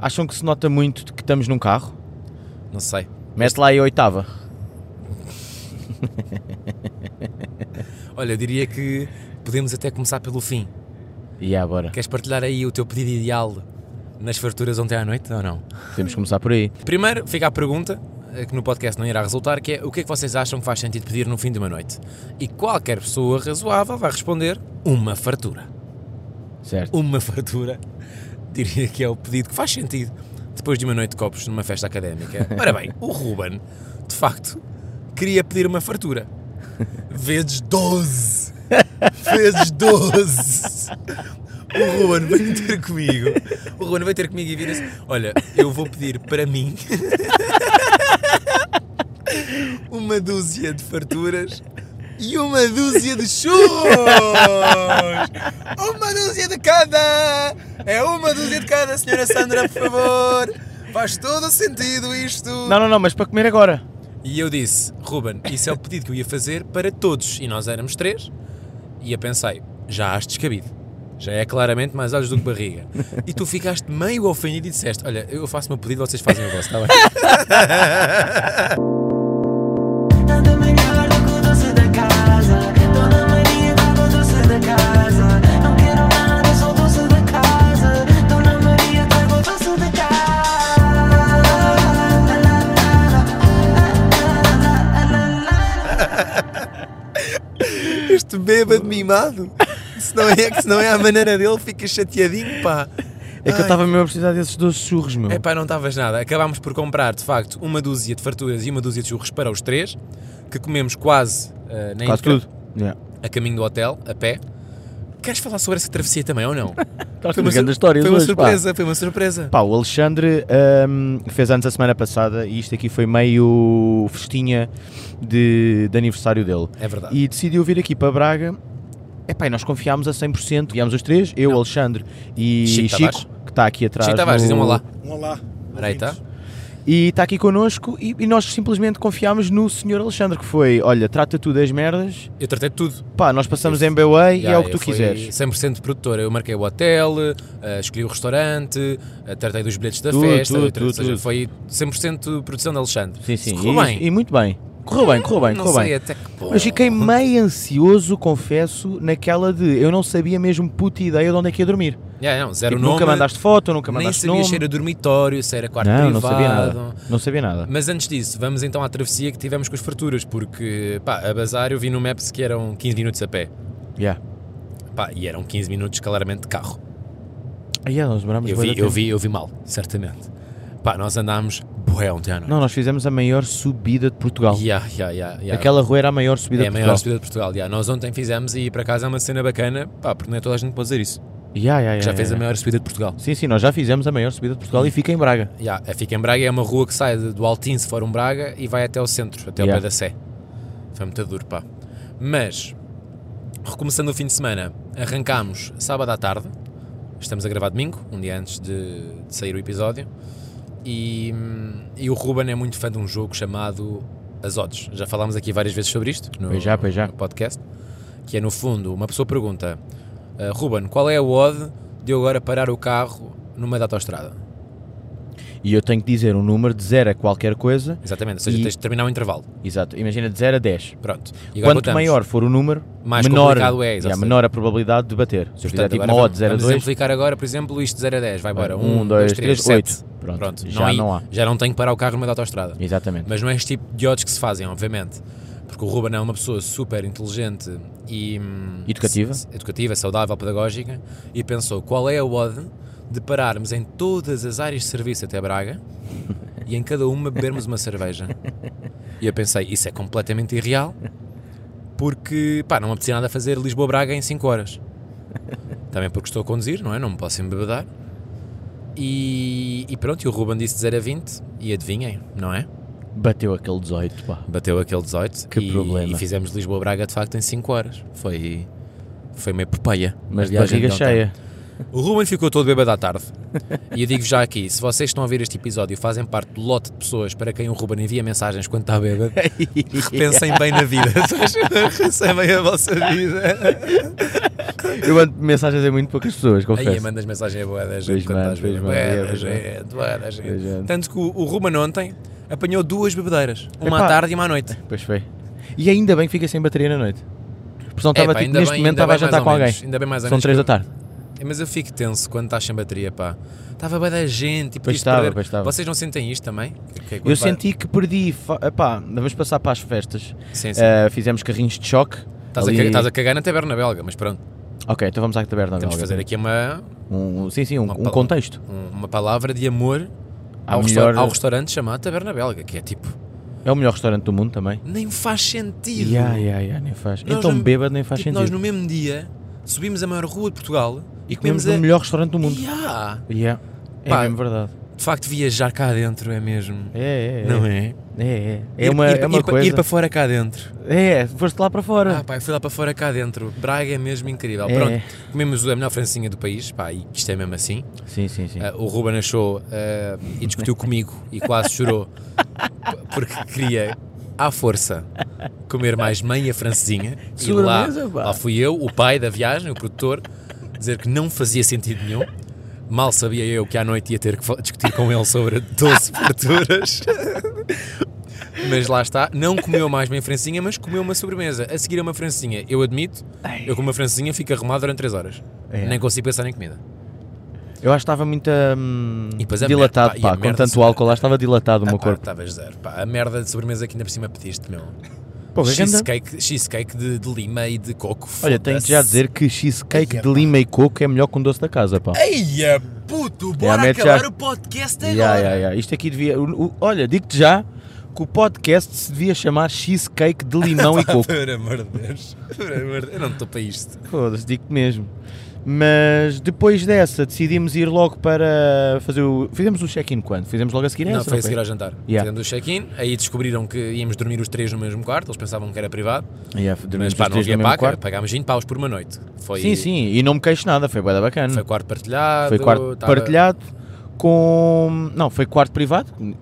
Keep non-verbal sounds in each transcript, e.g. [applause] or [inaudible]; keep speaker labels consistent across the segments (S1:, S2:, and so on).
S1: Acham que se nota muito de que estamos num carro?
S2: Não sei.
S1: Mete lá aí a oitava.
S2: Olha, eu diria que podemos até começar pelo fim.
S1: E é, yeah, agora?
S2: Queres partilhar aí o teu pedido ideal nas farturas ontem à noite ou não?
S1: Temos que começar por aí.
S2: Primeiro fica a pergunta, eh, que no podcast não irá resultar, que é o que é que vocês acham que faz sentido pedir no fim de uma noite? E qualquer pessoa razoável vai responder uma fartura.
S1: Certo.
S2: Uma fartura, diria que é o pedido que faz sentido depois de uma noite de copos numa festa académica. Ora bem, o Ruben, de facto, queria pedir uma fartura. Vezes 12! Vezes 12! O Ruben veio ter comigo. O Ruben veio ter comigo e vira-se: Olha, eu vou pedir para mim [laughs] uma dúzia de farturas e uma dúzia de churros! Uma dúzia de cada! É uma dúzia de cada, senhora Sandra, por favor! Faz todo o sentido isto!
S1: Não, não, não, mas para comer agora.
S2: E eu disse, Ruben, isso é o pedido que eu ia fazer para todos. E nós éramos três. E eu pensei, já has descabido. Já é claramente mais olhos do
S1: [laughs]
S2: que barriga. E tu ficaste meio ofendido e disseste, olha, eu faço o meu pedido, vocês fazem o vosso, está bem?
S1: [laughs]
S3: Toda melhor com doce da casa. Dona Maria com doce da casa. Não quero nada, só doce da casa. Dona Maria com doce da casa.
S2: Este bêbado mimado. Se não é, que se não é a maneira dele, fica chateadinho, pá.
S1: É que eu estava mesmo a precisar desses 12 churros, meu.
S2: É pá, não estavas nada. Acabámos por comprar, de facto, uma dúzia de farturas e uma dúzia de churros para os três, que comemos quase eh, na
S1: Quase
S2: íntegra,
S1: tudo. Yeah.
S2: a caminho do hotel, a pé. Queres falar sobre essa travessia também ou não?
S1: Estás ligando as histórias
S2: Tá, foi uma
S1: hoje, pá.
S2: surpresa, foi uma surpresa.
S1: Pá, o Alexandre hum, fez anos a semana passada e isto aqui foi meio festinha de, de aniversário dele.
S2: É verdade.
S1: E decidiu vir aqui para Braga. Epá, e nós confiámos a 100%. Viemos os três, eu, Alexandre e
S2: Chico
S1: Chico,
S2: Tavares.
S1: que está aqui atrás.
S2: Chico Tavares,
S1: no-
S2: dizem um olá.
S4: Um olá.
S2: Ora aí está.
S1: E está aqui connosco e, e nós simplesmente confiámos no senhor Alexandre, que foi, olha, trata tu das merdas.
S2: Eu tratei de tudo.
S1: Pá, nós passamos em Beway e é
S2: Já,
S1: o que
S2: eu
S1: tu
S2: fui
S1: quiseres.
S2: 100% produtora. Eu marquei o hotel, eh, escolhi o restaurante, eh, tratei dos bilhetes da
S1: Tudo,
S2: festa.
S1: tudo,
S2: eu tratei- ou
S1: tudo,
S2: seja,
S1: tudo.
S2: Foi 100% produção de Alexandre.
S1: Sim, sim.
S2: Correu
S1: e,
S2: bem.
S1: e muito bem. Correu bem, correu bem,
S2: não
S1: correu
S2: sei é
S1: bem.
S2: até que ponto.
S1: Mas fiquei meio ansioso, confesso, naquela de eu não sabia mesmo puta ideia de onde é que ia dormir.
S2: Yeah, não, zero
S1: Tipo,
S2: nome.
S1: nunca mandaste foto, nunca
S2: Nem
S1: mandaste
S2: sabia
S1: nome.
S2: se era dormitório, se era quarto
S1: não,
S2: privado.
S1: não sabia nada. Não sabia nada.
S2: Mas antes disso, vamos então à travessia que tivemos com as farturas, porque pá, a bazar eu vi no Maps que eram 15 minutos a pé.
S1: Yeah.
S2: Pá, e eram 15 minutos claramente de carro.
S1: Ah, yeah, nós demorámos
S2: Eu
S1: bué
S2: vi,
S1: de
S2: eu
S1: tempo.
S2: vi, eu vi mal, certamente. Pá, nós andámos bué ontem à noite.
S1: Não, nós fizemos a maior subida de Portugal.
S2: Yeah, yeah, yeah, yeah.
S1: Aquela rua era a maior subida
S2: é a
S1: de
S2: maior
S1: Portugal.
S2: subida de Portugal. yeah. Nós ontem fizemos e para casa é uma cena bacana, pá, porque não é toda a gente que pode dizer isso.
S1: Yeah, yeah, yeah,
S2: que já
S1: yeah,
S2: fez a
S1: yeah.
S2: maior subida de Portugal.
S1: Sim, sim, nós já fizemos a maior subida de Portugal e fica em Braga.
S2: Yeah, a Fica em Braga é uma rua que sai de- do Altim, se for um Braga, e vai até ao centro, até ao
S1: Yeah.
S2: pé da Sé. Foi muito duro, pá. Mas, recomeçando o fim de semana, arrancámos sábado à tarde. Estamos a gravar domingo, um dia antes de, de sair o episódio. E, hum, e o Ruben é muito fã de um jogo chamado As Odds. Já falámos aqui várias vezes sobre isto no,
S1: Pois já, pois já.
S2: no podcast. Que é, no fundo, uma pessoa pergunta: "Ah, Ruben, qual é a odd de eu agora parar o carro numa da autostrada?
S1: E eu tenho que dizer um número de 0 a qualquer coisa.
S2: Exatamente, ou seja,
S1: E-
S2: tens de terminar o intervalo.
S1: Exato, imagina de 0 a 10.
S2: Pronto. E agora
S1: Quanto
S2: botamos.
S1: maior for o número,
S2: Mais
S1: menor,
S2: complicado é, exato.
S1: yeah, menor a probabilidade de bater. Se eu fizer
S2: Portanto,
S1: tipo
S2: agora
S1: uma odd
S2: vamos,
S1: de 0 a
S2: vamos
S1: 2,
S2: exemplificar agora, por exemplo, isto de 0 a 10. Vai embora.
S1: um,
S2: 1,
S1: dois,
S2: 2, 3,
S1: três, oito.
S2: 7.
S1: Pronto, já
S2: não, há-
S1: não há.
S2: Já não tenho que parar o carro no meio da autostrada.
S1: exatamente.
S2: Mas não é este tipo de odds que se fazem, obviamente. Porque o Ruben é uma pessoa super inteligente e. hum,
S1: Educativa.
S2: s- Educativa, saudável, pedagógica. E pensou qual é a odd de pararmos em todas as áreas de serviço
S1: [laughs]
S2: até Braga e em cada uma bebermos uma cerveja. E eu pensei, isso é completamente irreal porque, pá, não me apetecia nada fazer Lisboa-Braga em 5 horas. Também porque estou a conduzir, não é? Não me posso embebedar. E, e pronto, e o Ruben disse 0 a 20 e adivinhem, não é?
S1: Bateu aquele 18, pá.
S2: Bateu aquele 18
S1: Que
S2: e,
S1: problema.
S2: e fizemos Lisboa-Braga de facto em 5 horas. Foi, foi uma epopeia.
S1: Mas
S2: A
S1: de
S2: viagem
S1: barriga
S2: de ontem.
S1: cheia.
S2: O Ruben ficou todo bêbado à tarde. [laughs] E eu digo já aqui: se vocês estão a ver este episódio e fazem parte do lote de pessoas para quem o Ruben envia mensagens quando está
S1: [laughs]
S2: bêbado, repensem bem na vida. Recebem a vossa vida.
S1: Eu mando mensagens a muito poucas pessoas,
S2: Aí
S1: confesso.
S2: mandas mensagem a boa da
S1: Pois
S2: gente quando
S1: mando,
S2: estás bêbado.
S1: pois mando, é,
S2: Bué da
S1: pois
S2: gente, bué da gente.
S1: Pois mando.
S2: Tanto que o, o Ruben ontem apanhou duas bebedeiras: uma à
S1: Epá.
S2: tarde e uma à noite.
S1: Pois foi. E ainda bem que fica sem bateria na noite. Porque senão estava
S2: Epá,
S1: tipo,
S2: ainda
S1: neste
S2: bem-
S1: momento estava
S2: ainda
S1: a
S2: bem mais
S1: jantar
S2: ou
S1: com
S2: menos,
S1: alguém.
S2: Ainda bem mais ou
S1: São
S2: menos
S1: 3
S2: que-
S1: da tarde.
S2: É, Mas eu fico tenso quando estás sem bateria, pá. Estava bem da gente, tipo,
S1: Pois
S2: isto
S1: estava,
S2: perder-
S1: pois estava.
S2: Vocês não sentem isto também? Que- que é quando
S1: Eu
S2: vai-
S1: senti que perdi. fa- Epá, vamos passar para as festas.
S2: Sim, sim.
S1: Eh, fizemos carrinhos de choque.
S2: Estás, a
S1: ali-
S2: cagar, estás a cagar na taberna belga, mas pronto.
S1: Ok, então vamos à taberna.
S2: Temos
S1: agora.
S2: de fazer aqui uma,
S1: um, sim, sim, um,
S2: Uma
S1: um
S2: pala-
S1: contexto.
S2: um- uma palavra de amor
S1: À
S2: ao,
S1: melhor-
S2: resta- ao restaurante chamado Taberna Belga, que é tipo,
S1: É o melhor restaurante do mundo também.
S2: nem faz sentido.
S1: Ya, ya, ya, nem faz.
S2: Nós
S1: então
S2: no-
S1: bêbado nem faz
S2: Tipo,
S1: sentido.
S2: nós no mesmo dia subimos a maior rua de Portugal
S1: E comemos
S2: a...
S1: no melhor restaurante do mundo.
S2: Yeah.
S1: Ya. É
S2: é- Pá,
S1: mesmo verdade.
S2: De facto, viajar cá dentro é mesmo.
S1: É, é, é.
S2: Não é?
S1: É, é. É
S2: Ir-
S1: uma,
S2: ir,
S1: é uma
S2: ir,
S1: coisa.
S2: Ir para fora cá dentro.
S1: É, foste lá para fora.
S2: Ah, pá, eu fui lá para fora cá dentro. Braga é mesmo incrível.
S1: É.
S2: Pronto, comemos a melhor francinha do país, pá, e isto é mesmo assim.
S1: sim, sim, sim.
S2: Ah, o Ruben achou ah, e discutiu comigo e quase chorou p- porque queria, à força, comer mais meia francesinha. E
S1: Segura a
S2: lá,
S1: mesa, pá.
S2: lá fui eu, o pai da viagem, o produtor, dizer que não fazia sentido nenhum. Mal sabia eu que à noite ia ter que fa- discutir com ele sobre 12 farturas. Mas lá está, não comeu mais uma francinha, mas comeu uma sobremesa. A seguir a uma francinha, eu admito, eu com uma francinha fico arrumado durante 3 horas.
S1: É.
S2: Nem consigo pensar em comida.
S1: Eu acho que estava muito hum,
S2: E depois a
S1: dilatado,
S2: merda, pá,
S1: pá.
S2: e a
S1: com
S2: merda,
S1: tanto
S2: sim.
S1: álcool lá estava dilatado o meu
S2: Pá,
S1: corpo.
S2: Estavas zero. Pá, a merda de sobremesa que ainda por cima pediste, meu.
S1: Pô, que ganda-
S2: Cheesecake, cheesecake de, de lima e de coco.
S1: Olha, tenho que já dizer que cheesecake
S2: Ai,
S1: de
S2: pá.
S1: lima e coco é melhor que um doce da casa, pá.
S2: Eia, puto, bora
S1: mete já.
S2: acabar o podcast agora.
S1: Ya, ya, ya. Isto aqui devia. o- o- olha, digo-te já que o podcast se devia chamar cheesecake de limão e
S2: [laughs]
S1: coco.
S2: Por amor de Deus, por amor de Deus, eu não estou para isto.
S1: Foda-se, digo-te mesmo. Mas depois dessa decidimos ir logo para fazer o. Fizemos o check-in quando? Fizemos logo a seguir
S2: não,
S1: essa?
S2: foi a seguir ao jantar.
S1: Yeah.
S2: Fizemos o check-in, aí descobriram que íamos dormir os três no mesmo quarto, eles pensavam que era privado,
S1: Yeah,
S2: mas
S1: dormimos
S2: pá,
S1: os
S2: não
S1: três no
S2: havia
S1: mesmo
S2: paca,
S1: quarto.
S2: pagámos 20 paus por uma noite. Foi,
S1: Sim, sim, e não me queixo nada, foi bué da bacana.
S2: Foi quarto partilhado.
S1: Foi quarto
S2: tava-
S1: partilhado com. Não, foi quarto privado. Ou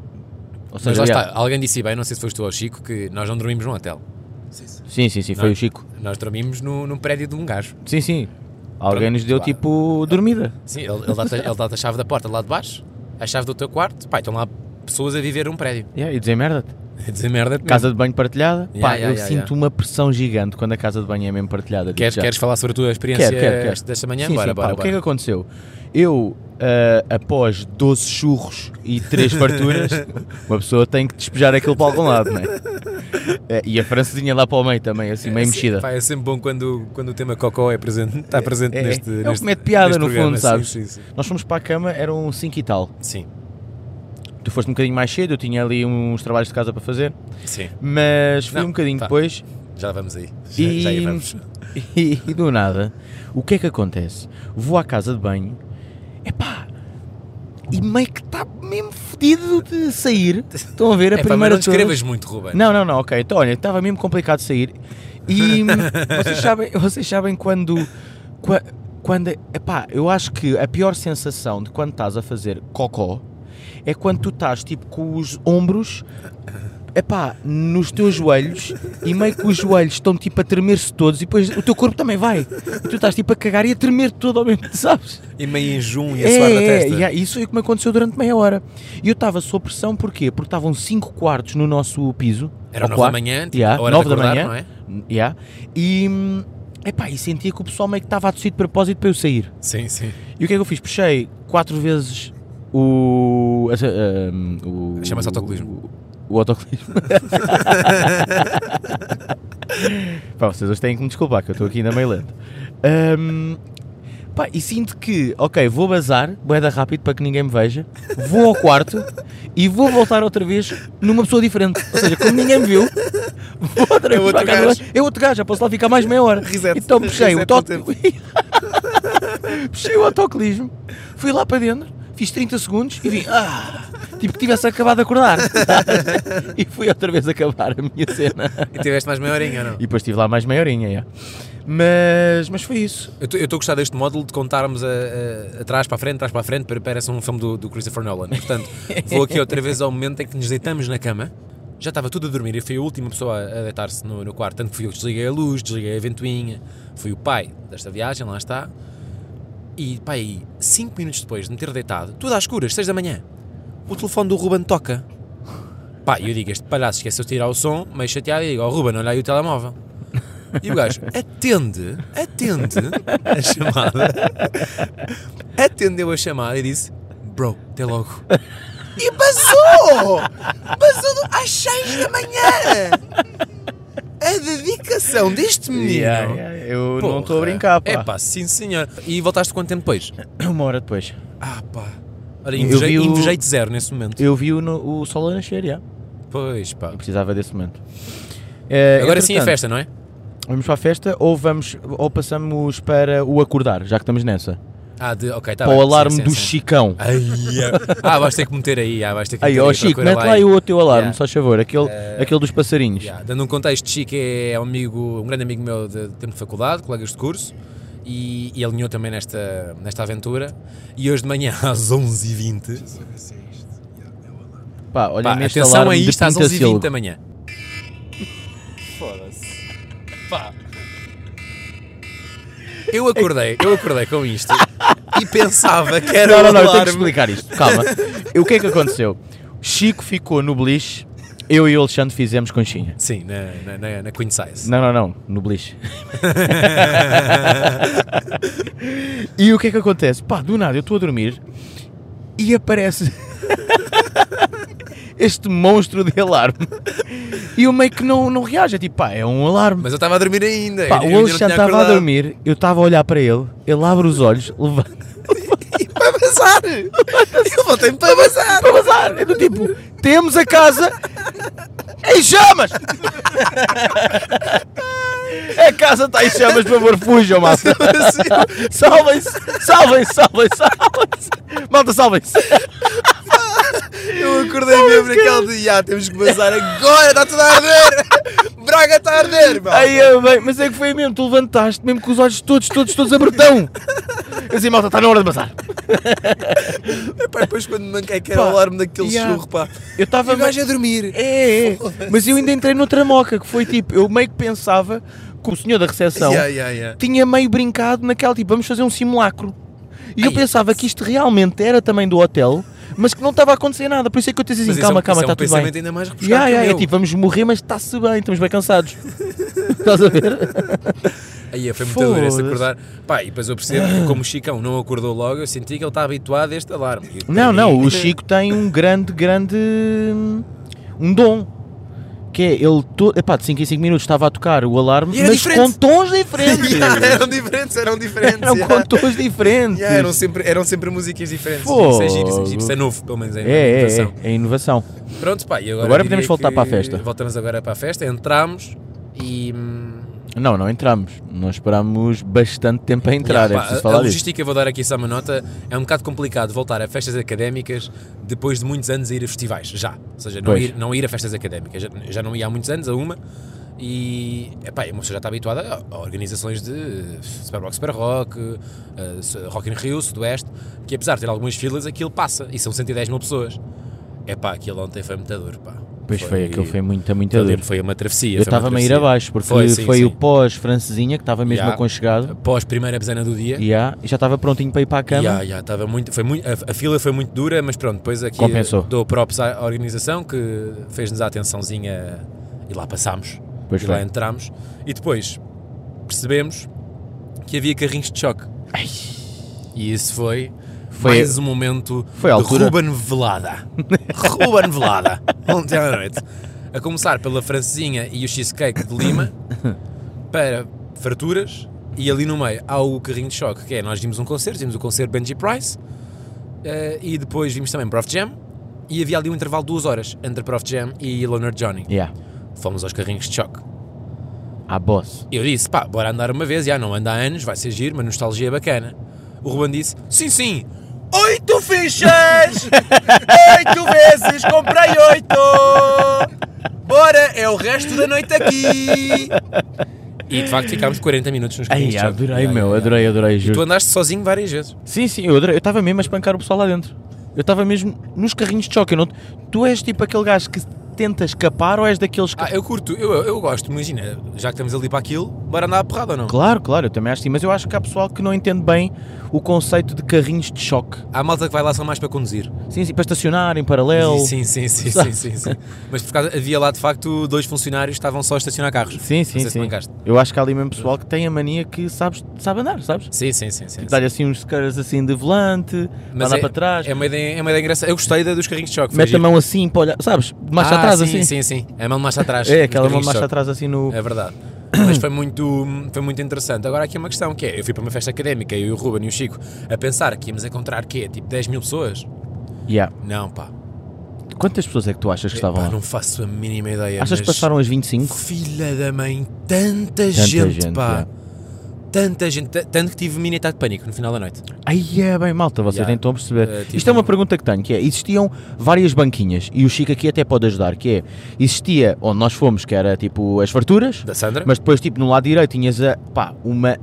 S2: Mas
S1: seja,
S2: lá
S1: já-
S2: está, alguém disse bem, não sei se foste tu ou o Chico, que nós não dormimos num hotel.
S1: Sim, sim, sim, foi
S2: Não. é?
S1: o Chico.
S2: Nós dormimos no, num prédio de um gajo.
S1: Sim, sim. Alguém
S2: Pronto,
S1: nos deu
S2: pá.
S1: tipo dormida.
S2: Sim, ele, ele dá-te ele dá-te a chave da porta lá de baixo, a chave do teu quarto. Pá, estão lá pessoas a viver um prédio.
S1: Yeah, e dizer merda.
S2: [laughs] A dizer merda. é mesmo.
S1: Casa de banho partilhada.
S2: Yeah,
S1: Pá,
S2: yeah,
S1: eu
S2: yeah,
S1: sinto
S2: yeah.
S1: uma pressão gigante quando a casa de banho é mesmo partilhada. digo
S2: Queres,
S1: já.
S2: queres falar sobre a tua experiência
S1: Quero, quero, quero.
S2: desta manhã?
S1: Sim,
S2: bora,
S1: sim, pá,
S2: bora,
S1: O que é que
S2: bora.
S1: aconteceu? Eu, ah, após 12 churros e
S2: [laughs]
S1: 3 farturas, uma pessoa tem que despejar aquilo para algum lado, não é? Eh, E a francesinha lá para o meio também, assim, meio mexida.
S2: Pá, é sempre bom quando, quando o tema cocó é presente, está presente
S1: É,
S2: neste.
S1: é o que
S2: neste,
S1: mete piada,
S2: neste
S1: no
S2: programa.
S1: fundo, sabes?
S2: Sim, sim, sim.
S1: Nós fomos para a cama, eram 5 e tal.
S2: Sim,
S1: Tu foste um bocadinho mais cedo, eu tinha ali uns trabalhos de casa para fazer,
S2: sim.
S1: mas fui
S2: Não,
S1: um bocadinho
S2: tá.
S1: depois
S2: Já vamos aí. Já,
S1: E-
S2: já aí vamos. É,
S1: [laughs] e, e do nada, o que é que acontece? Vou à casa de banho, epá, e meio que está mesmo fedido de
S2: [laughs]
S1: sair. Estão a ver a
S2: É, pá, mas
S1: primeira
S2: não
S1: de todas-
S2: descrevas muito, Ruben.
S1: Não, não, não, ok. Então, olha, estava mesmo complicado de sair. E
S2: [laughs]
S1: hum, vocês sabem, vocês sabem quando. qua- Quando. é, Epá, eu acho que a pior sensação de quando estás a fazer cocó é quando tu estás tipo com os ombros. Epá, nos teus joelhos e meio que os joelhos estão tipo a tremer-se todos e depois o teu corpo também vai. E tu estás tipo a cagar e a tremer todo ao mesmo, tempo, sabes?
S2: E meio enjum e a suar da testa.
S1: É, e há- isso foi o que me aconteceu durante meia hora. E eu estava sob pressão, porquê? Porque estavam 5 quartos no nosso piso.
S2: Era
S1: ou
S2: 9 da
S1: quatro.
S2: manhã, tipo,
S1: Yeah,
S2: a hora de
S1: 9 da
S2: acordar,
S1: manhã.
S2: não é?
S1: Hum, Yeah. E, hum, epá, e sentia que o pessoal meio que estava a tossir de propósito para eu sair.
S2: Sim, sim.
S1: E o que é que eu fiz? Puxei 4 vezes o. a- a- um, o-
S2: Chama-se autocolismo.
S1: O, o autocolismo. [laughs] Pá, vocês hoje têm que me desculpar, que eu estou aqui ainda meio lento. Hum, pá, e sinto que, ok, vou bazar, boeda rápido para que ninguém me veja, vou ao quarto e vou voltar outra vez numa pessoa diferente. Ou seja, como ninguém me viu, vou outra vez
S2: É outro
S1: para a casa
S2: gajo.
S1: de banho. É outro gajo, já posso lá ficar mais meia hora.
S2: Reset.
S1: Então puxei o
S2: Reset ao
S1: toque. [laughs] puxei o autocolismo, fui lá para dentro, fiz 30 segundos e vim. Ah, tipo que tivesse acabado de acordar. [laughs] e fui outra vez acabar a minha cena.
S2: E tiveste mais meia horinha, ou não?
S1: [laughs] E depois estive lá mais meia horinha. já. Mas, mas foi isso.
S2: Eu estou a gostar deste módulo de contarmos a, a- atrás para a frente, atrás para a frente, para- parece um filme do, do Christopher Nolan. Portanto, vou aqui outra vez ao momento em que nos deitamos na cama. Já estava tudo a dormir e fui a última pessoa a a deitar-se no, no quarto. Tanto que fui eu que desliguei a luz, desliguei a ventoinha. Fui o pai desta viagem, lá está. E, pá, aí, 5 minutos depois de me ter deitado, tudo às escuras, 6 da manhã, o telefone do Ruben toca. Pá, e eu digo, este palhaço esqueceu de tirar o som, meio chateado, e digo, ó Ruben, olha aí o telemóvel. E o gajo atende, atende a chamada, atendeu a chamada e disse: Bro, até logo. E passou! Passou do- às 6 da manhã! A dedicação deste menino.
S1: Yeah, yeah, eu não estou a
S2: Porra.
S1: brincar, pá.
S2: É pá, sim senhor. E voltaste quanto tempo depois?
S1: Uma hora depois.
S2: Ah pá. Olha,
S1: Eu
S2: invejei,
S1: vi o-
S2: invejei de zero nesse momento.
S1: Eu vi o, no- o sol a nascer, já.
S2: Pois pá.
S1: Eu precisava desse momento. Eh,
S2: Agora sim a
S1: entretanto,
S2: festa, não é?
S1: Vamos para a festa ou, vamos, ou passamos para o acordar, já que estamos nessa.
S2: Ah, de, ok, tá
S1: para o
S2: bem. Sim,
S1: alarme
S2: sim,
S1: do
S2: sim.
S1: Chicão.
S2: Ai, ah. ah, vais ter que meter aí. Ah, vais ter que
S1: Aí,
S2: meter
S1: ó Chico,
S2: procura
S1: mete lá aí o teu alarme,
S2: Yeah.
S1: só
S2: Eh,
S1: favor, aquele, aquele dos passarinhos.
S2: Yeah, Dando um contexto, Chico é um amigo, um grande amigo meu de tempo de faculdade, colegas de curso, e, e alinhou também nesta, nesta aventura. E hoje de manhã, [laughs] às 11h20,
S1: Pá, olha
S2: pá,
S1: neste
S2: atenção a
S1: alarme de
S2: isto, às
S1: pinta sílaba.
S2: 11h20 da manhã. Foda-se. Pá. Eu acordei, eu acordei com isto e pensava que era
S1: Não, não,
S2: um
S1: não, eu tenho que
S2: alarme.
S1: explicar isto.
S2: [laughs]
S1: Calma. o que é que aconteceu? Chico ficou no beliche, eu e o Alexandre fizemos conchinha.
S2: Sim, na, na, na, na Queen Size.
S1: Não, não, não, no
S2: [laughs]
S1: beliche. e o que é que acontece? Pá, do nada, eu estou a dormir e aparece [laughs] este monstro de alarme. E eu meio que não, não reage, é tipo, pá, é um alarme.
S2: Mas eu estava a dormir ainda.
S1: Pá,
S2: eu- eu
S1: o
S2: ainda não tinha
S1: Alexandre estava a
S2: acordado.
S1: dormir, eu estava a olhar para ele, ele abre os olhos, levanta
S2: Para bazar! Eu voltei-me para
S1: [laughs]
S2: bazar!
S1: para bazar. É do tipo, temos a casa em chamas! [laughs] A casa está em chamas, por favor, fujam, malta. [laughs] Salvem-se, salvem-se, salvem-se, salvem-se. Malta, salvem-se.
S2: Eu acordei mesmo naquele dia, ah, temos que bazar agora, está tudo a arder! Braga está a arder! pá.
S1: Aí eu, bem, mas é que foi mesmo, tu levantaste, mesmo com os olhos todos, todos, todos abertão. Eu disse, malta, está na hora de bazar.
S2: Pá, depois quando me manquei que
S1: Pá,
S2: era o alarme daquele
S1: yeah.
S2: churro, pá.
S1: Eu estava
S2: E o gajo a dormir.
S1: É, é. Mas eu ainda entrei noutra moca, que foi tipo, eu meio que pensava que o senhor da recepção
S2: Yeah, yeah, yeah.
S1: tinha meio brincado naquela, tipo, vamos fazer um simulacro. E eu
S2: Ai,
S1: pensava que isto realmente era também do hotel, mas que não estava a acontecer nada. Por isso é que eu disse assim,
S2: Mas isso
S1: calma,
S2: é um,
S1: calma,
S2: isso
S1: está
S2: é um
S1: tudo
S2: pensamento
S1: bem.
S2: ainda mais refrescante
S1: Yeah, yeah,
S2: que o
S1: é
S2: meu.
S1: tipo, vamos morrer, mas está-se bem, estamos bem cansados. [laughs] Estás a ver?
S2: Aí foi muito duro esse
S1: Foda-se. Ah.
S2: acordar. Pá, e depois eu percebo que como o Chicão não acordou logo, eu senti que ele está habituado a este alarme. E para
S1: Não, não,
S2: mim-
S1: o Chico tem um grande, grande. um dom. Que é, ele todo. Epá, de 5 em 5 minutos estava a tocar o alarme,
S2: E era
S1: mas com
S2: diferente.
S1: tons diferentes.
S2: [laughs] [laughs] Yeah, é eram diferentes, eram diferentes.
S1: Eram
S2: yeah.
S1: contos diferentes.
S2: Yeah, um eram, sempre, eram sempre músicas diferentes.
S1: Fogo.
S2: Isso é giro, isso é giro. Isso é novo, pelo menos, é,
S1: É, é, é,
S2: inovação.
S1: é inovação.
S2: Pronto, pá, e agora,
S1: Agora
S2: diria
S1: podemos voltar
S2: que
S1: para a festa.
S2: Voltamos agora para a festa, entramos e. hum,
S1: Não, não entramos. Nós esperámos bastante tempo a entrar,
S2: pá,
S1: é preciso
S2: a, a
S1: falar disso.
S2: logística, vou dar aqui só uma nota, é um bocado complicado voltar a festas académicas depois de muitos anos a ir a festivais, já. Ou seja, não,
S1: Pois.
S2: ir, não ir a festas académicas, já, já não ia há muitos anos a uma. E epá, uma pessoa já está habituada a, a organizações de eh, Super Rock, Super Rock, eh, se- Rock in Rio, Sudoeste, que apesar de ter algumas filas, aquilo passa e são 110 mil pessoas. Epá, aquilo ontem foi muito duro, pá.
S1: Pois foi, aquilo foi é muita, muita
S2: Eu
S1: dor.
S2: lembro, foi uma travessia.
S1: Eu
S2: foi uma
S1: estava a ir
S2: travessia.
S1: abaixo, porque
S2: Foi,
S1: foi,
S2: sim,
S1: o
S2: sim.
S1: pós-francesinha, que estava mesmo
S2: Yeah.
S1: aconchegado.
S2: Pós primeira besana do dia.
S1: E já- e já estava prontinho para ir para a cama.
S2: Ya, ya, estava muito, foi muito, a, a fila foi muito dura, mas pronto, depois aqui
S1: Compensou.
S2: dou props à organização que fez-nos a atençãozinha e lá passámos.
S1: Pois
S2: e
S1: foi.
S2: lá entramos. E depois percebemos que havia carrinhos de choque.
S1: Ai.
S2: E isso foi,
S1: Foi-
S2: mais um momento
S1: foi a
S2: de
S1: altura.
S2: Ruben Velada.
S1: [laughs]
S2: Ruben Velada. Ontem à noite. A começar pela francesinha e o cheesecake de Lima para farturas e ali no meio há o carrinho de choque, que é nós vimos um concerto, vimos o concerto de Benji Price eh, e depois vimos também Prof Jam e havia ali um intervalo de duas horas entre Prof Jam e Loner Johnny.
S1: Yeah.
S2: Fomos aos carrinhos de choque.
S1: À boss.
S2: Eu disse, pá, bora andar uma vez, já não anda há anos, vai ser giro, uma nostalgia bacana. O Ruben disse, sim, sim,
S1: [laughs]
S2: oito fichas, oito vezes, comprei oito, bora, é o rei resto da noite aqui. E de facto ficámos 40 minutos nos caminhos
S1: Ai,
S2: de chão.
S1: adorei,
S2: Ya, ya,
S1: meu,
S2: ya.
S1: adorei, adorei,
S2: Tu
S1: juro.
S2: andaste sozinho várias vezes.
S1: Sim, sim, eu adorei. Eu estava mesmo a espancar o pessoal lá dentro. Eu estava mesmo nos carrinhos de choque. eu não- Tu és tipo aquele gajo que tenta escapar ou és daqueles que.
S2: Ah, eu curto, eu, eu gosto, imagina, já que estamos ali para aquilo, bora andar a porrada ou não?
S1: Claro, claro, eu também acho que sim, mas eu acho que há pessoal que não entende bem o conceito de carrinhos de choque.
S2: Há malta que vai lá só mais para conduzir.
S1: Sim, sim, para estacionar em paralelo.
S2: Sim, sim, sim, sim, sim, sim. Mas por causa, havia lá de facto dois funcionários que estavam só a estacionar carros.
S1: Sim, sim,
S2: Não sei se
S1: sim.
S2: mancaste.
S1: Eu acho que há ali mesmo pessoal que tem a mania que sabes, sabe andar, sabes?
S2: Sim, sim, sim. sim, sim.
S1: Dá-lhe assim uns caras assim de volante,
S2: Mas
S1: andar
S2: é,
S1: para trás,
S2: É uma, ideia, é uma ideia engraçada. Eu gostei da, dos carrinhos de choque. foi
S1: mete a
S2: giro.
S1: mão assim para olhar, sabes? De marcha
S2: Ah,
S1: atrás
S2: sim,
S1: assim.
S2: Sim, sim. A mão de marcha atrás.
S1: É,
S2: dos
S1: aquela mão
S2: carrinhos
S1: de
S2: de
S1: marcha
S2: choque.
S1: atrás assim no.
S2: É verdade. Mas foi muito, foi muito interessante. Agora aqui é uma questão que é, eu fui para uma festa académica, eu e o Ruben e o Chico, a pensar que íamos encontrar quê? Tipo 10 mil pessoas? É.
S1: Yeah.
S2: Não, pá.
S1: Quantas pessoas é que tu achas que estavam
S2: Pá,
S1: lá?
S2: não faço a mínima ideia.
S1: Achas que
S2: mas-
S1: passaram as 25?
S2: Filha da mãe, tanta, gente,
S1: gente,
S2: pá.
S1: já.
S2: Tanta gente, t- tanto que tive mini ataque de pânico no final da noite.
S1: Aí é bem malta, vocês
S2: Yeah.
S1: nem estão a perceber.
S2: Eh, tipo-
S1: Isto é uma pergunta que tenho, que é, existiam várias banquinhas, e o Chico aqui até pode ajudar, que é, existia onde nós fomos, que era tipo as farturas,
S2: Da Sandra?
S1: mas depois tipo no lado direito tinhas a, pá, uma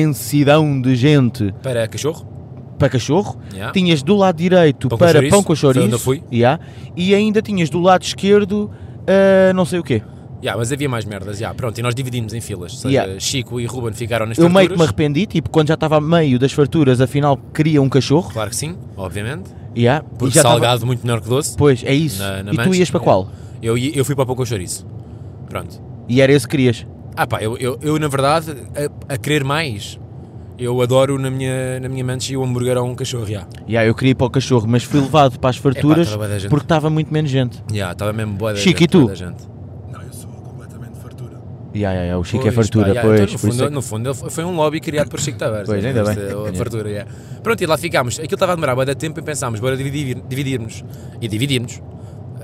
S1: imensidão de gente
S2: Para cachorro?
S1: para cachorro,
S2: Yeah.
S1: tinhas do lado direito
S2: Pão com
S1: para
S2: chouriço,
S1: pão com
S2: foi
S1: chouriço,
S2: onde eu fui.
S1: yeah, e ainda tinhas do lado esquerdo ah, não sei o quê.
S2: Yeah, mas havia mais merdas. Yeah, pronto, e nós dividimos em filas. Ou seja,
S1: Yeah.
S2: Chico e Ruben ficaram nas
S1: Eu meio que me
S2: farturas.
S1: arrependi, tipo, quando já estava a meio das farturas, afinal queria um cachorro,
S2: Claro que sim, obviamente.
S1: yeah, e
S2: Porque
S1: já estava-
S2: salgado muito menor que doce.
S1: Pois, é isso.
S2: Na- na
S1: e tu
S2: Mancha,
S1: ias para
S2: é.
S1: qual?
S2: Eu, ia- eu fui para o pão com chouriço. Pronto.
S1: E era esse que querias.
S2: Ah pá, eu, eu, eu, na verdade, a, a querer mais, eu adoro na minha, na minha mancha o hambúrguer a um cachorro, já.
S1: Yeah, eu queria ir para o cachorro, mas fui levado para as farturas
S2: Epá, tava bué da gente.
S1: porque estava muito menos gente.
S2: Já, estava mesmo boa da
S1: Chico,
S2: gente,
S1: e tu?
S2: bué da gente.
S4: Não, eu sou completamente fartura.
S1: Yeah, yeah, yeah, o Chico
S2: Pois,
S1: é fartura,
S2: pá, já,
S1: pois.
S2: então, no,
S1: por isso
S2: fundo,
S1: é que-
S2: no fundo, ele foi um lobby criado por Chico Tavares.
S1: Pois,
S2: é,
S1: ainda bem.
S2: esta-
S1: Tem que
S2: A
S1: ganhar.
S2: fartura, é. Pronto, e lá ficámos. Aquilo estava a demorar bué da tempo e pensámos, bora dividir, dividirmos. E dividimos.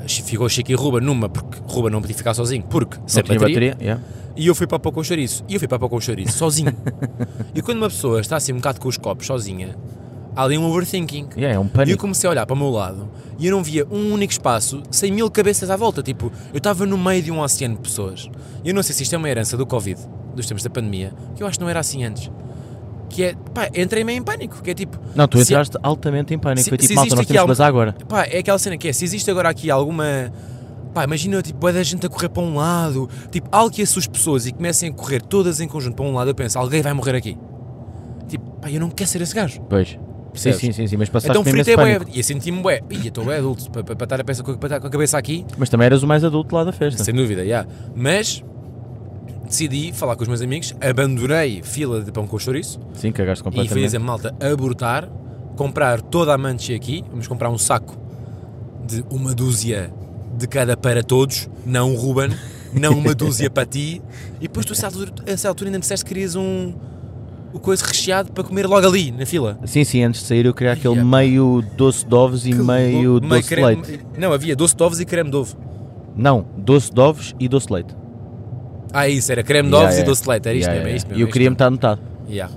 S2: Ficou Chico e Ruba numa, porque Ruba não podia ficar sozinho, porque
S1: Não
S2: sem
S1: tinha
S2: bateria.
S1: bateria. yeah.
S2: E eu fui para a pão com chouriço. E eu fui para a pão com chouriço,
S1: [laughs]
S2: sozinho. e quando uma pessoa está assim um bocado com os copos, sozinha, há ali um overthinking.
S1: Yeah, é um
S2: E eu
S1: pânico.
S2: comecei a olhar para o meu lado e eu não via um único espaço sem mil cabeças à volta. Tipo, eu estava no meio de um oceano de pessoas. E eu não sei se isto é uma herança do Covid, dos tempos da pandemia, que eu acho que não era assim antes. Que é, pá, entrei meio em pânico. Que é tipo.
S1: Não, tu
S2: se-
S1: entraste altamente em pânico.
S2: se-
S1: Foi tipo,
S2: se
S1: malta,
S2: existe
S1: nós
S2: aqui
S1: temos que
S2: algum-
S1: bazar agora.
S2: Pá, é aquela cena que é, se existe agora aqui alguma. Pá, imagina tipo, bué da gente a correr para um lado, tipo, algo que assuste pessoas e comecem a correr todas em conjunto para um lado, eu penso, alguém vai morrer aqui. Tipo, pá, eu não quero ser esse gajo.
S1: Pois. Sim,
S2: Percebes?
S1: sim, sim, sim, mas passaste
S2: Então
S1: mesmo
S2: frito
S1: esse
S2: é bué.
S1: pânico.
S2: E eu senti-me bué. Ih, eu estou bué adulto para, para, estar a pensar com, para estar com a cabeça aqui,
S1: Mas também eras o mais adulto lá da festa.
S2: sem dúvida, já. Mas decidi falar com os meus amigos, abandonei fila de pão com chouriço
S1: Sim, cagaste
S2: e fui
S1: completamente.
S2: dizer malta abortar, comprar toda a manche aqui, vamos comprar um saco de uma dúzia de cada para todos, não um Ruben, não
S1: [laughs]
S2: uma dúzia para ti, e depois tu a essa altura, a essa altura ainda me disseste que querias um o coisa recheado para comer logo ali, na fila.
S1: Sim, sim, antes de sair eu queria aquele
S2: Yeah.
S1: meio doce de ovos e
S2: Que
S1: meio
S2: louco.
S1: doce de
S2: creme-
S1: leite.
S2: Não, havia doce de ovos e creme de ovo.
S1: Não, doce de ovos e doce de leite.
S2: Ah, isso, era creme de
S1: Yeah,
S2: ovos
S1: yeah.
S2: e doce de leite, era isto
S1: Yeah,
S2: mesmo, é
S1: yeah.
S2: isto
S1: E
S2: mesmo.
S1: eu queria me estar notado. Mas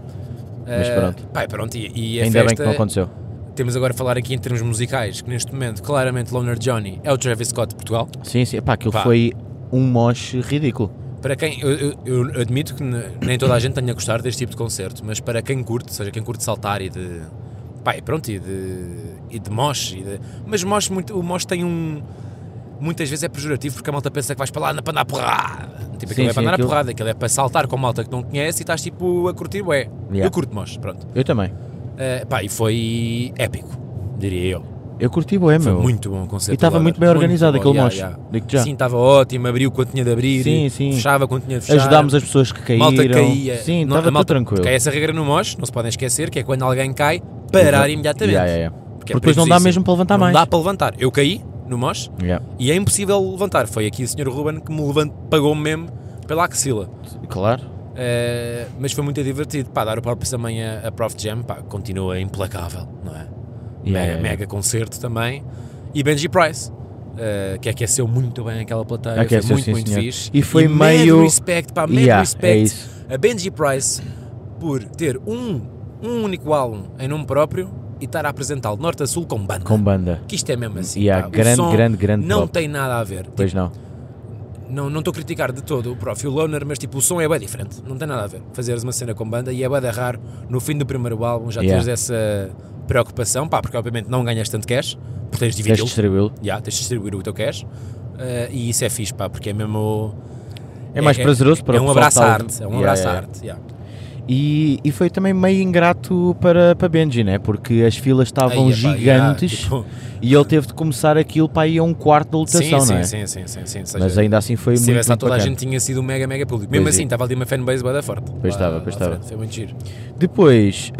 S2: Mas
S1: pronto.
S2: pronto. Pai, pronto, Eh, e, e a
S1: Ainda bem que
S2: festa-
S1: não aconteceu.
S2: Temos agora a falar aqui em termos musicais, que neste momento, claramente, Loner Johnny é o Travis Scott de Portugal.
S1: Sim, sim, pá, aquilo
S2: Pá.
S1: foi um moche ridículo.
S2: Para quem, eu, eu- eu admito que ne- nem toda a gente tenha a gostar deste tipo de concerto, mas para quem curte, ou seja, quem curte saltar e de. Pai, pronto, e de. e de mosh. E de, mas mosh, muito, o mosh tem um. Muitas vezes é pejorativo porque a malta pensa que vais para lá na- para andar a porrada. Tipo,
S1: Sim,
S2: aquilo é
S1: sim,
S2: para andar a
S1: aquilo-
S2: porrada, aquilo é para saltar com malta que não conhece e estás tipo a curtir, ué.
S1: Yeah.
S2: Eu curto mosh, pronto.
S1: Eu também.
S2: Eh, pá, e foi épico, diria eu.
S1: Eu curti bué,
S2: Foi
S1: meu.
S2: muito bom o concerto.
S1: E estava
S2: Lola.
S1: muito bem organizado
S2: bom,
S1: aquele
S2: yeah,
S1: mosh,
S2: yeah.
S1: digo-te já.
S2: Sim, estava ótimo, abriu quando tinha de abrir,
S1: Sim, sim.
S2: fechava quando tinha de fechar.
S1: Ajudámos as pessoas que caíram.
S2: Malta caía.
S1: Sim,
S2: Não, a
S1: estava tudo
S2: malta-
S1: tranquilo.
S2: Porque há essa regra no mosh, não se podem esquecer, que é quando alguém cai, parar
S1: Exato.
S2: imediatamente.
S1: Yeah, Tá yeah, yeah. Porque
S2: Porque é
S1: depois não dá
S2: perigosíssimo.
S1: mesmo para levantar
S2: não
S1: mais.
S2: dá para levantar. Eu caí no mosh
S1: Yeah.
S2: e é impossível levantar. Foi aqui o Sr. Ruben que me levant... pagou-me mesmo pela axila.
S1: Claro.
S2: Eh, mas foi muito divertido. Pá, dar o próprio também a, a Prof Jam, pá, continua implacável, não é? mega,
S1: yeah, yeah.
S2: mega concerto também. E Benji Price, eh, que aqueceu muito bem aquela plateia,
S1: Aqueceu,
S2: foi muito,
S1: sim,
S2: muito
S1: senhor.
S2: fixe.
S1: E foi
S2: mega
S1: meio-
S2: respect, pá, mega
S1: Yeah, é
S2: respect
S1: isso.
S2: a Benji Price por ter um, um único álbum em nome próprio e estar a apresentá-lo de norte a sul com banda.
S1: Com banda.
S2: Que isto é mesmo assim.
S1: Yeah,
S2: pá. O
S1: grande,
S2: som
S1: grande, grande
S2: Não
S1: pop.
S2: tem nada a ver.
S1: Pois não.
S2: Tipo, Não não estou a criticar de todo o próprio Loner, mas tipo, o som é bem diferente. Não tem nada a ver. Fazeres uma cena com banda e é bem raro no fim do primeiro álbum já
S1: Yeah.
S2: teres essa preocupação, pá, porque obviamente não ganhas tanto cash, porque tens de
S1: Queres
S2: dividi-lo.
S1: distribuí-lo?
S2: Yeah, tens de distribuir o teu cash. eh, e isso é fixe, pá, porque é mesmo.
S1: É mais prazeroso para
S2: É
S1: o
S2: um
S1: pessoal
S2: abraço
S1: que
S2: à
S1: tá a
S2: arte.
S1: ouvir.
S2: É um
S1: Yeah,
S2: abraço à
S1: yeah,
S2: arte. yeah.
S1: E, e foi também meio ingrato para, para Benji, né? Porque as filas estavam
S2: Aí, epá, yeah,
S1: gigantes
S2: tipo,
S1: e ele teve de começar aquilo para ir a um quarto da
S2: sim,
S1: lotação,
S2: sim,
S1: não é?
S2: sim, sim, sim, sim, ou seja,
S1: Mas ainda assim foi
S2: se
S1: muito,
S2: tivesse lá
S1: muito
S2: toda a
S1: bacana.
S2: gente tinha sido um mega, mega público. Mesmo
S1: Pois
S2: assim,
S1: é.
S2: estava ali uma fanbase bada forte.
S1: Pois
S2: lá-
S1: estava,
S2: lá
S1: pois
S2: à frente.
S1: estava.
S2: Foi muito giro.
S1: Depois,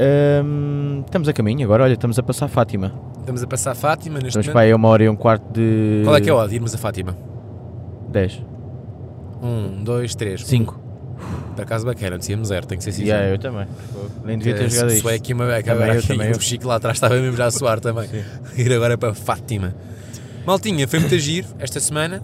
S1: hum, estamos a caminho agora, olha, estamos a passar a Fátima.
S2: Estamos a passar a Fátima neste
S1: Estamos para
S2: momento.
S1: aí a uma hora e um quarto de...
S2: Qual é que é a odd? Irmos a Fátima.
S1: 10.
S2: Um, dois, três.
S1: 5.
S2: Por acaso bacana, não tínhamos zero, tem que ser sincero. Eh,
S1: Yeah, eu também. Nem devia ter jogado
S2: Se- se
S1: isto.
S2: foi É, aqui uma beca,
S1: Também
S2: agora
S1: eu,
S2: aqui,
S1: também eu.
S2: o Chico lá atrás estava mesmo já a suar também. [laughs] Ir agora para Fátima. Maltinha, foi muito giro esta semana.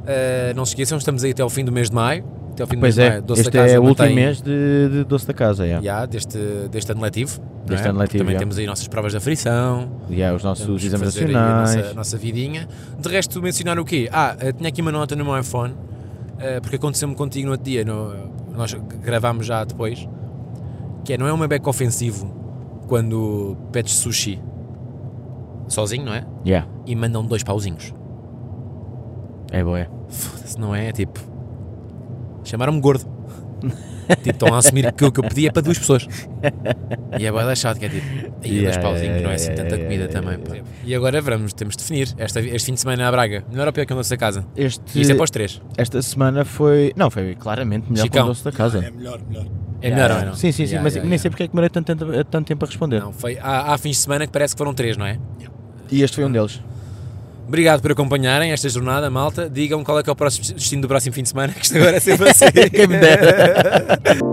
S2: Uh, não se esqueçam, estamos aí até ao fim do mês de maio. Até ao fim do
S1: Pois
S2: mês de
S1: é,
S2: maio. Doce
S1: este
S2: da Casa
S1: é o último
S2: mantém-
S1: mês de, de Doce da Casa, yeah.
S2: Ya, deste, deste ano letivo. não
S1: Deste
S2: é?
S1: ano letivo,
S2: Também
S1: ya.
S2: temos aí nossas provas da frição,
S1: Yeah, os nossos
S2: temos que
S1: exames
S2: fazer aí a
S1: nacionais.
S2: nossa, a nossa vidinha. De resto, mencionar o quê? Ah, eh, tinha aqui uma nota no meu iPhone, eh, porque aconteceu-me contigo no outro dia, no- nós gravámos já depois, que é, não é uma beca ofensivo quando pedes sushi sozinho, não é?
S1: Yeah,
S2: E mandam dois pauzinhos.
S1: é boa. é.
S2: Foda-se, não é? Tipo, chamaram-me gordo. [laughs] tipo, estão a assumir que o que eu pedi é para duas pessoas. E é bem deixado, que é tipo, aí
S1: Yeah,
S2: dois pauzinhos,
S1: yeah,
S2: não é assim
S1: yeah,
S2: tanta
S1: yeah,
S2: comida
S1: yeah,
S2: também.
S1: yeah,
S2: pá. E agora vamos, temos de definir esta- este fim de semana a Braga. Melhor ou pior que o nosso da casa?
S1: Este,
S2: E isto é para os três.
S1: Esta semana foi. Não, foi claramente melhor que
S2: Chicão.
S1: o Doce da Casa.
S4: É melhor, melhor.
S2: É melhor ou não?
S1: Sim, sim, sim,
S2: Yeah,
S1: mas
S2: yeah,
S1: nem
S2: yeah.
S1: sei porque é que demorei tanto, tanto- tanto tempo a responder.
S2: Não, foi, há, há fins de semana que parece que foram três, não é?
S1: E este foi um deles.
S2: Obrigado por acompanharem esta
S1: [laughs]
S2: jornada, malta. Digam qual é que é o próximo destino do próximo fim de semana, que isto agora é sempre assim.
S1: Quem me dera.